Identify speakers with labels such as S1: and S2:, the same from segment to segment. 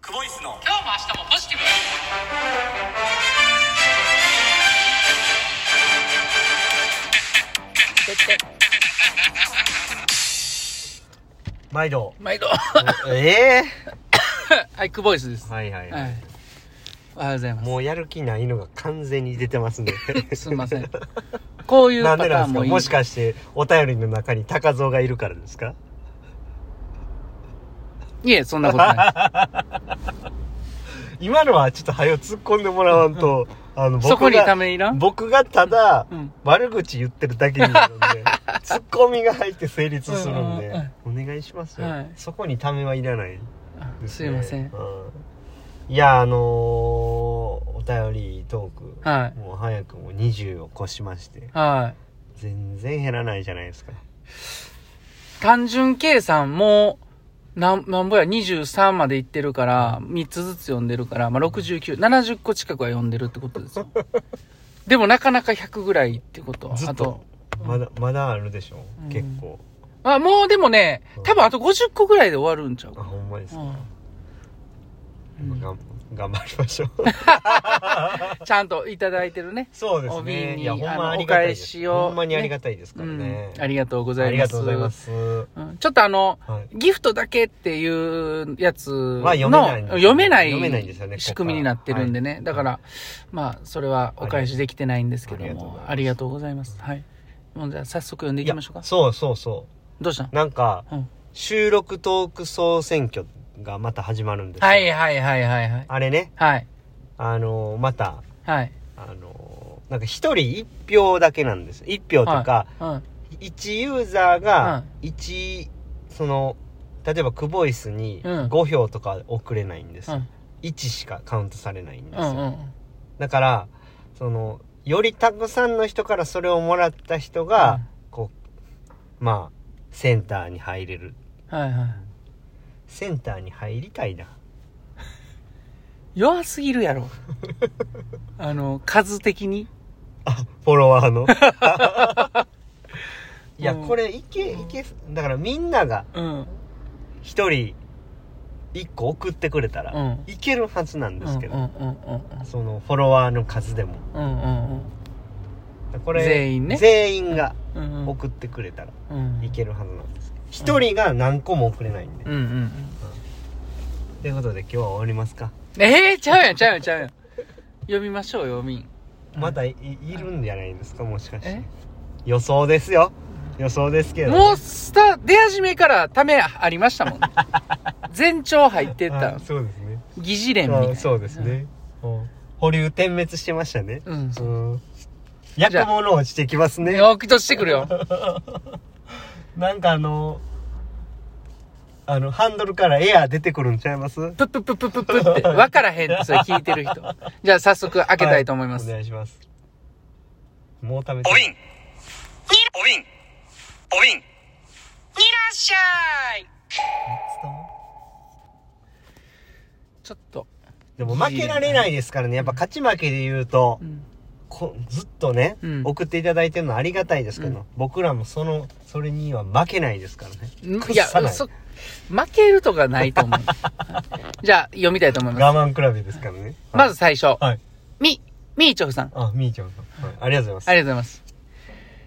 S1: クボイスの
S2: 今日も明日もポジティブ
S1: 毎度
S2: 毎度
S1: ええ
S2: アイクボイスですはい、
S1: はいはいはい、
S2: おはようございま
S1: もうやる気ないのが完全に出て ますね
S2: すすみませんこういう
S1: な
S2: パ
S1: ん
S2: タ
S1: でな
S2: ー
S1: んで
S2: ン
S1: す
S2: も
S1: か
S2: いい
S1: もしかしてお便りの中に高蔵がいるからですか
S2: いえそんなことない
S1: 今のはちょっと早よ突っ込んでもらわんとあの僕が
S2: そこにためいらん
S1: 僕がただ
S2: うん
S1: 悪口言ってるだけになるん でツッコミが入って成立するんで
S2: うん
S1: お願いしますよ、
S2: はい
S1: そこにためはいらない
S2: あ
S1: ですす
S2: い
S1: ね
S2: ません
S1: うんいやあのーお便りトーク、
S2: はい
S1: もう早くも20を越しまして
S2: は
S1: 全然減らないじゃないですか
S2: い単純計算もうなんなんぼや23までいってるから3つずつ読んでるから、まあ、6970個近くは読んでるってことで すよでもなかなか100ぐらいってこと
S1: ず
S2: あ
S1: っ
S2: と
S1: とまだまだあるでしょ、
S2: うん
S1: 結構
S2: あもうでもね多分あと50個ぐらいで終わるんちゃう
S1: あ
S2: か
S1: ほんまですか、
S2: うん
S1: まあがん頑張りま しょう
S2: ちゃんといただいてるね。
S1: そうです
S2: お瓶
S1: ね
S2: に
S1: いやほん
S2: あの
S1: まありがたいで
S2: お
S1: す
S2: 返しを
S1: ほんまにありがたいですからね、
S2: うん。ありがとうござい
S1: あ
S2: ます。
S1: りがとうございま。す
S2: うん、ちょっとあの、
S1: はい
S2: ギフトだけっていうやつの
S1: は読めないんですよ
S2: 読
S1: 読め
S2: めない
S1: ないんですよねここから
S2: 仕組みになってるんでね、
S1: はい
S2: だから、まあ、それはお返しできてないんですけども、あ
S1: あ
S2: り
S1: り
S2: が
S1: が
S2: とうございます。はい。もうじゃあ早速読んでい
S1: い
S2: き
S1: や
S2: ましょうか。
S1: そうそうそ
S2: どうしたの
S1: うなんか、
S2: うん
S1: 収録トーク総選挙がまた始まるんですよ
S2: はいはいはいはいはい。
S1: あれね
S2: はい。
S1: あのーまた
S2: はい。
S1: あのーなんか一人一票だけなんです一票とか、
S2: はい、
S1: 一ユーザー
S2: は
S1: が一、その例えばクボイスに
S2: うん
S1: 5票とか送れないんです、
S2: うん。うん。
S1: 1しかカウントされないんです
S2: う
S1: よ、
S2: んうん。
S1: だからそのよりたくさんの人からそれをもらった人が、
S2: うん
S1: こうまあセンターに入れる
S2: はいは。
S1: センターに入りたいない
S2: 弱すぎるやろ。 あの、数的に。
S1: あフォロワー のいや、
S2: うん
S1: これいけいけだからみんなが
S2: うん。
S1: 一人一個送ってくれたら、
S2: うん
S1: いけるはずなんですけど、
S2: うんうんうんうんうん。
S1: そのフォロワーの数でも
S2: うんうん
S1: これ
S2: 全員ね
S1: 全員が
S2: うんうん
S1: 送ってくれたら
S2: うん
S1: いけるはずなんです一人が何個も送れないんで、
S2: うんうんうん
S1: ということで今日は終わりますか、
S2: ええー、ちゃうやんちゃうやんちゃうやん読みましょうよみん
S1: またいいるんじゃないですかもしかして
S2: え
S1: 予想ですよ予想ですけどね、
S2: もうスタ出始めからためありまし たもん全長入ってった
S1: あそうですね
S2: 疑似連みたい
S1: あ
S2: な
S1: そうですね、うん保留点滅してましたね
S2: うん
S1: うん焼くもの落ちてきますね
S2: よくとしてくるよ
S1: なんかあのあのハンドルからエアー出てくるんちゃいます開
S2: プップップップップップって分からへんってそれ聞いてる人じゃあ早速開けたいと思います、
S1: お願いしますもう食べ
S3: おび
S1: て
S3: ん。おびん。おびん。
S2: いらっしゃいちょっと、
S1: でも負けられないですからねやっぱ勝ち負けで言うと
S2: う、ん、
S1: こずっとね、
S2: うん
S1: 送っていただいてるのありがたいですけど、
S2: うん
S1: 僕らもそのそれには負けないですからね
S2: いや
S1: 屈さない
S2: そ負けるとかないと 思うじゃあ読みたいと思います
S1: 我慢比べですからね
S2: まず最初、
S1: はい
S2: み、みーちょふさん。
S1: あみーちゃんさん、はい、ありがとうござ
S2: あ
S1: い
S2: りがとうございます。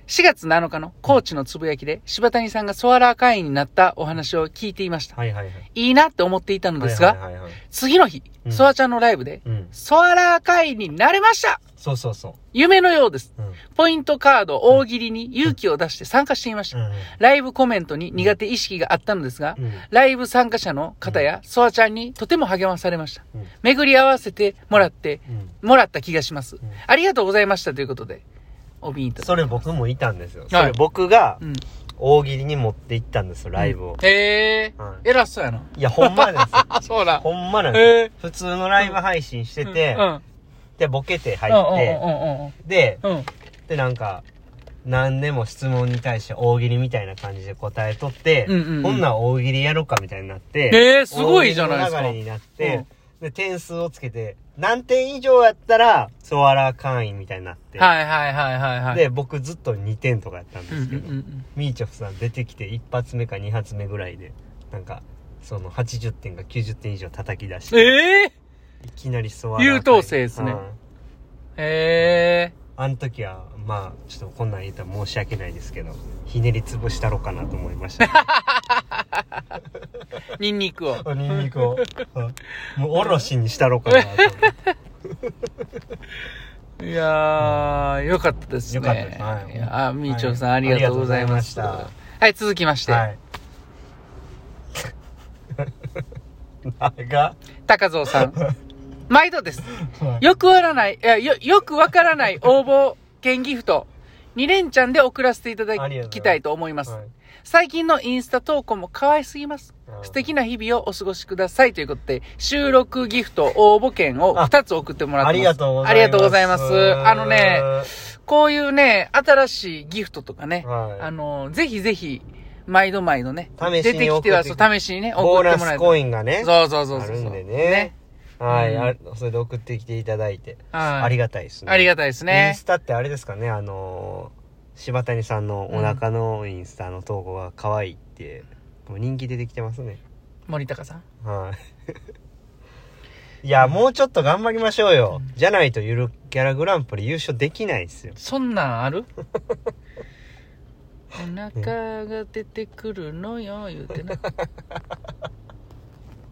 S2: 4月7日の高知のつぶやきで柴谷さんがソアラー会員になったお話を聞いていまし
S1: ます
S2: た。
S1: はいはいはい
S2: いいなって思っていたのですが、
S1: はいはいはいはい
S2: 次の日、
S1: うん
S2: ソアちゃんのライブで、
S1: うん
S2: ソアラー会員になれました
S1: そうそうそ
S2: 夢のようです。
S1: ううん
S2: ポイントカード大喜利に勇気を出して参加していました。
S1: うん
S2: ライブコメントに苦手意識があったのですが、
S1: うん
S2: ライブ参加者の方やソアちゃんにとても励まされました。
S1: うん
S2: 巡り合わせてもらって、
S1: うん
S2: もらった気がします。
S1: ん
S2: ありがとうございましたということで、おびんと。
S1: それ僕もいたんですよ、
S2: はい
S1: それ僕が
S2: うん。
S1: 大喜利に持って行ったんですよライブを、
S2: へえー
S1: はい
S2: 偉そうやな。
S1: いやほんまですよ
S2: そうだ。
S1: ほんまなんですよ
S2: へえ
S1: 普通のライブ配信してて、
S2: うん。うん
S1: でボケて入
S2: うん
S1: って、で
S2: うんうんうん。
S1: でなんか何でも質問に対して大喜利みたいな感じで答えとって、
S2: うんうんうん
S1: こんなん大喜利やろうかみたいになって
S2: えーすごいじゃないですか
S1: 大喜利の流れになって、で点数をつけて何点以上やったらソアラー会員みたいになって、
S2: はいはいはいはいはい。
S1: で僕ずっと2点とかやったん
S2: う
S1: で
S2: んうん
S1: すけど、
S2: うん
S1: ミーチョフさん出てきて1発目か2発目ぐらいでなんか「その80点か90点以上叩き出して、
S2: ええ
S1: いきなりスワ
S2: 優等生ですねええ
S1: あの時はまあちょっとこんなん言ったら申し訳ないですけどひねり潰したろかなと思いました、
S2: ニンニクを。
S1: ニンニクをうんもうおろしにしたろかなと思って
S2: いやー、よかったですね。
S1: よかったですはい
S2: いやあ、みーちょさん、
S1: は
S2: あ
S1: い
S2: りがとうございます。
S1: ありがとうございま
S2: はい、続きまして、
S1: はい。長
S2: 高 蔵さん。毎度です。
S1: はい
S2: よくわらない、いや、よ、よくわからない応募券ギフト、2連チャンで送らせていただ
S1: ありがとうございます
S2: きたいと思います。
S1: はい
S2: 最近のインスタ投稿も可愛すぎます
S1: う。ん
S2: 素敵な日々をお過ごしくださいということで、収録ギフト応募券を2つ送ってもらってます。
S1: ありがとうございます。
S2: ありがとうございます。あのね、こういうね、新しいギフトとかね、
S1: はい
S2: あの、ぜひぜひ、毎度毎度ね、
S1: 試し
S2: 出
S1: てに
S2: き
S1: 送って
S2: は、そう、試しにね、
S1: ボ
S2: 送
S1: ーナ
S2: ってもらえ
S1: ス
S2: たら
S1: コインがね、
S2: そうそうそうそう。
S1: あるんでね。
S2: ね
S1: はい、
S2: うん
S1: あそれで送ってきていただいて、
S2: はい
S1: ありがたいですね。
S2: ありがたいです
S1: イン
S2: ね
S1: ス。タってあれですかね、あのー柴谷さんのお腹のインスタの投稿が可愛いって、もう人気出てきてますね。
S2: 森高さん。
S1: はい。い や、もうちょっと頑張りましょうよ。じゃないとゆるキャラグランプリ優勝できないですよ。
S2: そんなんあるお腹が出てくるのよ、言うてな。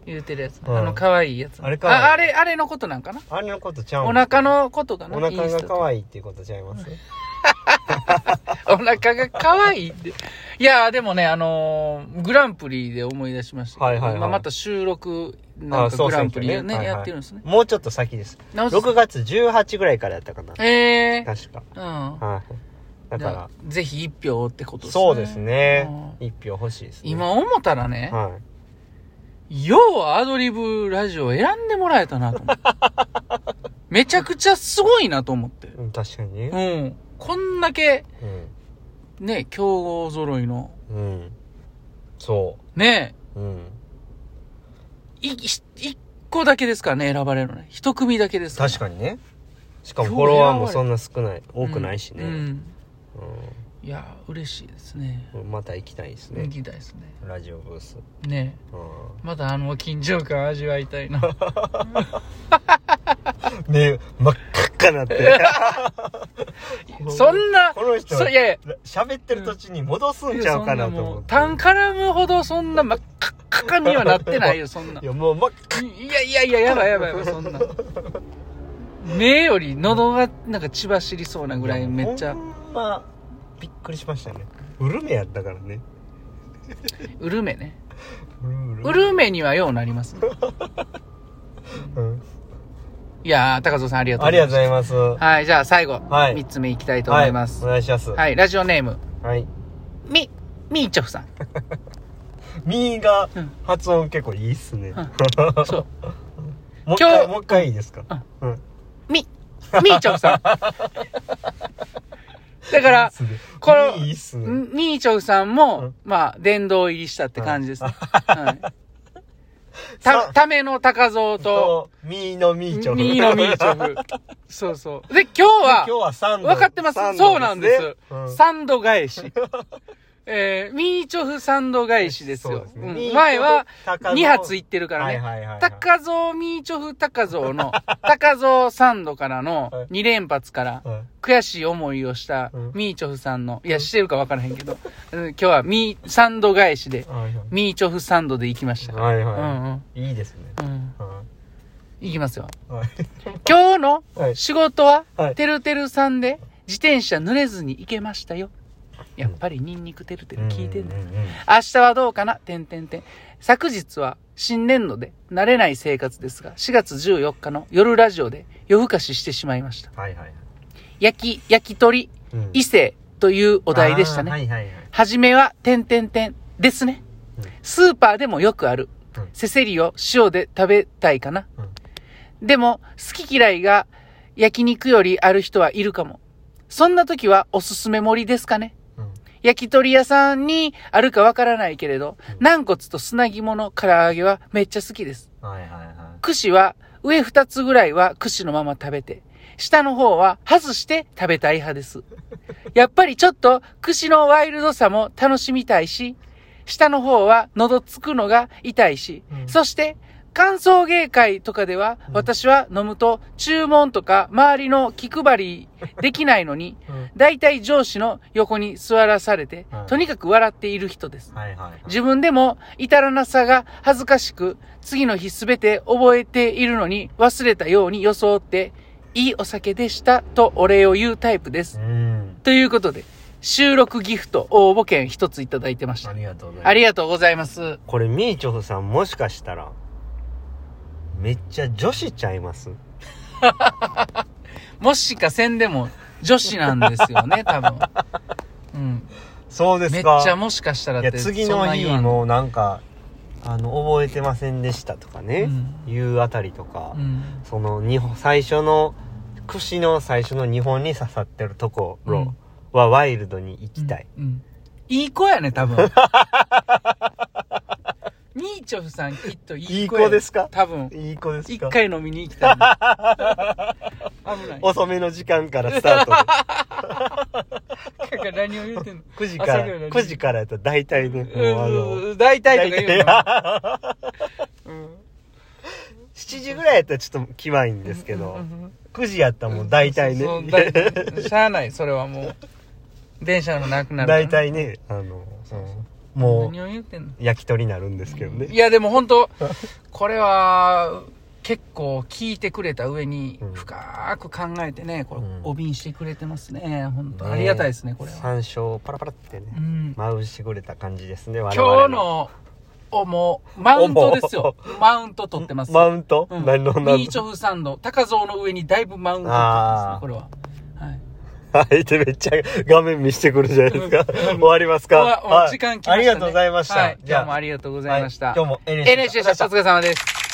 S2: 言うてるやつ。
S1: うん
S2: あの、可愛いやつ。
S1: あれ可愛い
S2: ああれ、あれのことなんかな
S1: あれのことちゃうん
S2: お腹のことかな
S1: お腹が可
S2: 愛い
S1: 愛いっていうことちゃいます
S2: お腹が可愛いって。いやー、でもね、あのーグランプリで思い出しましたけど。
S1: はいはいはい
S2: 今また収録、なんか
S1: そう
S2: グランプリを
S1: 選
S2: ね、
S1: 挙ねはいはい
S2: やってるんですね。
S1: もうちょっと先です。
S2: なおさ
S1: 6月18ぐらいからやったかな。
S2: ええ
S1: 確か。
S2: うん。
S1: はい。だか
S2: ぜひ一票ってこと
S1: ら、
S2: ですね。
S1: そうですね
S2: うん。
S1: 一票欲しいですね。
S2: 今思ったらね、
S1: はい。
S2: ようアドリブラジオ選んでもらえたな と思って。めちゃくちゃすごいなと思って。
S1: うん、確かに
S2: う
S1: ね。
S2: ん。こんだけ、
S1: うん。
S2: ね、競合揃いの、
S1: うん。そ
S2: ね、
S1: う。うん。
S2: い、一一個だけですからね、選ばれるのね。一組だけですから。
S1: 確かにね。しかもフォロワーもそんな少ない、多くないし
S2: うんう
S1: ね。
S2: んいや、嬉しいですね。
S1: うん。また行きたいです
S2: 人
S1: ね。
S2: 気たいですね。
S1: ラジオブース。
S2: ね
S1: う
S2: まだあの、緊張感味わいた いな。
S1: ん。ね真っ赤っかなって。
S2: そんな、
S1: この人
S2: そいやいや
S1: 喋ってる途中に戻すんちゃうかなと思って。
S2: タン絡むほどそんな真っ赤っかにはなってないよ、そんな。
S1: い
S2: い
S1: や、もう真っ赤
S2: やいやいや、やばいやばいやばい、そんな。目より喉がなんか血走りそうなぐらいめっちゃ
S1: ほ、んまびっくりしましたねウルメやったからね
S2: うるめね。
S1: ウルウ
S2: うるめにはようなりますね。
S1: うん
S2: いやー、高蔵さんありがと
S1: あ
S2: うご
S1: り
S2: ざ
S1: が
S2: い
S1: とう
S2: ま
S1: ご
S2: す。
S1: ざいますは
S2: はい、じゃあ最後、
S1: はい
S2: 3つ目いきたいと思います。
S1: お
S2: は
S1: 願
S2: い、
S1: いしますはい、
S2: ラジオネーム、み、みーちょふさん。
S1: ミーが
S2: うん
S1: 発音結構いいっすね、
S2: そう。
S1: もう一回
S2: 今日
S1: もう一回いいですか、うん
S2: み、みーちょふさ ん。だから、こ
S1: こ
S2: の
S1: れいいっすね
S2: んみーちょふさんも、
S1: うん
S2: まあ、殿堂入りしたって感じですね。はい。
S1: さ
S2: た、ための高蔵と、
S1: とミーのミー
S2: み
S1: チョフ
S2: ーのみーちょふ。 そうそう。で、今
S1: 今
S2: 日
S1: 日
S2: は、
S1: はサンド
S2: 分かってます
S1: サンド
S2: そうなんです。
S1: うん
S2: サンド返し。 えー、みーちょふサンド返しです
S1: そう
S2: よ
S1: で。す
S2: う
S1: ね
S2: ん前は、
S1: 高蔵
S2: 2発いってるから
S1: はい
S2: ね。
S1: はいはい、はい
S2: 高蔵みーちょふ高蔵 の、高蔵サンドからの
S1: はい
S2: 2連発から、
S1: はい
S2: 悔しい思いをした
S1: うん
S2: ミーチョフさんの、いや、してるか分からへんけど、うん今日はミー、サンド返しで、
S1: はい
S2: ミーチョフサンドで行きました。
S1: はいうは
S2: ん
S1: い、いいですね、
S2: うん。うん。
S1: はい
S2: きますよ。
S1: はいは
S2: 今日の
S1: い
S2: 仕事は
S1: は、い
S2: てるてるさんで、自転車濡れずに行けましたよ。やっぱりニンニクてるてる聞いてん
S1: う
S2: ね
S1: んうんうん
S2: 明日はどうかなてんてんてん。昨日は新年度で慣れない生活ですが、4月14日の夜ラジオで夜更かししてしまいました。
S1: はいはいはい
S2: 焼き、焼き鳥、
S1: うん
S2: 伊勢というお題でしたね。
S1: あーはいはいはい。
S2: はじめは、てんてんてんですね
S1: うん。
S2: スーパーでもよくある
S1: うん。
S2: せせりを塩で食べたいかな。
S1: うん
S2: でも、好き嫌いが焼肉よりある人はいるかも。そんな時はおすすめ盛りですかね。
S1: うん
S2: 焼き鳥屋さんにあるかわからないけれど、軟骨と砂肝の唐揚げはめっちゃ好きです。
S1: はいはいは
S2: 串は上二つぐらいは串のまま食べて、下の方は外して食べたい派です。やっぱりちょっと串のワイルドさも楽しみたいし、下の方は喉つくのが痛いし、
S1: うん
S2: そして、歓送迎会とかでは、
S1: うん
S2: 私は飲むと注文とか周りの気配りできないのに、
S1: うん
S2: 大体上司の横に座らされて
S1: はい、
S2: とにかく笑っている人です。
S1: はいはいはい
S2: 自分でも至らなさが恥ずかしく、次の日すべて覚えているのに忘れたように装って、いいお酒でしたとお礼を言うタイプです。
S1: うん
S2: ということで、収録ギフト応募券一ついただいてました
S1: あ。りがとうございます
S2: ありがとうございます。
S1: これミーチョフさんもしかしたらめっちゃ女子ちゃいます
S2: もしかせんでも女子なんですよね、多分。うん。
S1: そうで
S2: め
S1: す
S2: っ
S1: か
S2: ちゃもしかしたらっ
S1: い
S2: て
S1: や。次
S2: そん
S1: の
S2: なん
S1: 日
S2: 言わん
S1: もなんかあの覚えてませんでしたとかね、
S2: う
S1: いうあたりとか、
S2: うん。
S1: その日本最初の串の最初の日本に刺さってるところはワイルドに行きたい、
S2: うん。うんいい子やね、多分。ミーチョフさんきっといい子や
S1: いい子ですか
S2: 多分。
S1: いい子です
S2: 一
S1: か
S2: 回飲みに 行きたいな。危ない。
S1: 遅めの時間からス タートで
S2: だから何を言うてんの
S1: 9時から
S2: 朝ぐらいに
S1: 9時からやったら大体ね、もうあの
S2: うん大体とか言うの。うん
S1: 7時ぐらいやったらちょっとキワいんですけど、
S2: うんうん
S1: 9時やったらもう大体ね
S2: そうそう大体しゃあない、それはもう。電車のなくなるから。
S1: 大体ねあのそのも
S2: 何を言ってんの
S1: う焼き鳥になるんですけどね
S2: いや、でも本 当これは、結構聞いてくれた上に
S1: うん、
S2: 深く考えてね、これ
S1: うん、
S2: お瓶してくれてますね。本当
S1: ね
S2: ありがたいですね、これは。
S1: 山椒をパラパラってね、
S2: うん
S1: まぶしてくれた感じですね我々
S2: 今日の、おもう、マウントですよ。マウント取ってます。
S1: マウント、
S2: うん
S1: 何の何の
S2: ミーチョフさんの高蔵の上にだいぶマウント取ってます
S1: あ
S2: ね、
S1: ー
S2: これは。はい。
S1: 相手めっちゃ画面見してくるじゃないですか。終わりますか。
S2: おお時間来ま
S1: は
S2: した、ね
S1: いありがとうございました。
S2: はい、
S1: じ
S2: じゃ
S1: ゃ
S2: あ
S1: あ
S2: もうありがとうございました。
S1: はい今日も NHK
S2: NHK でした。お疲れ様です。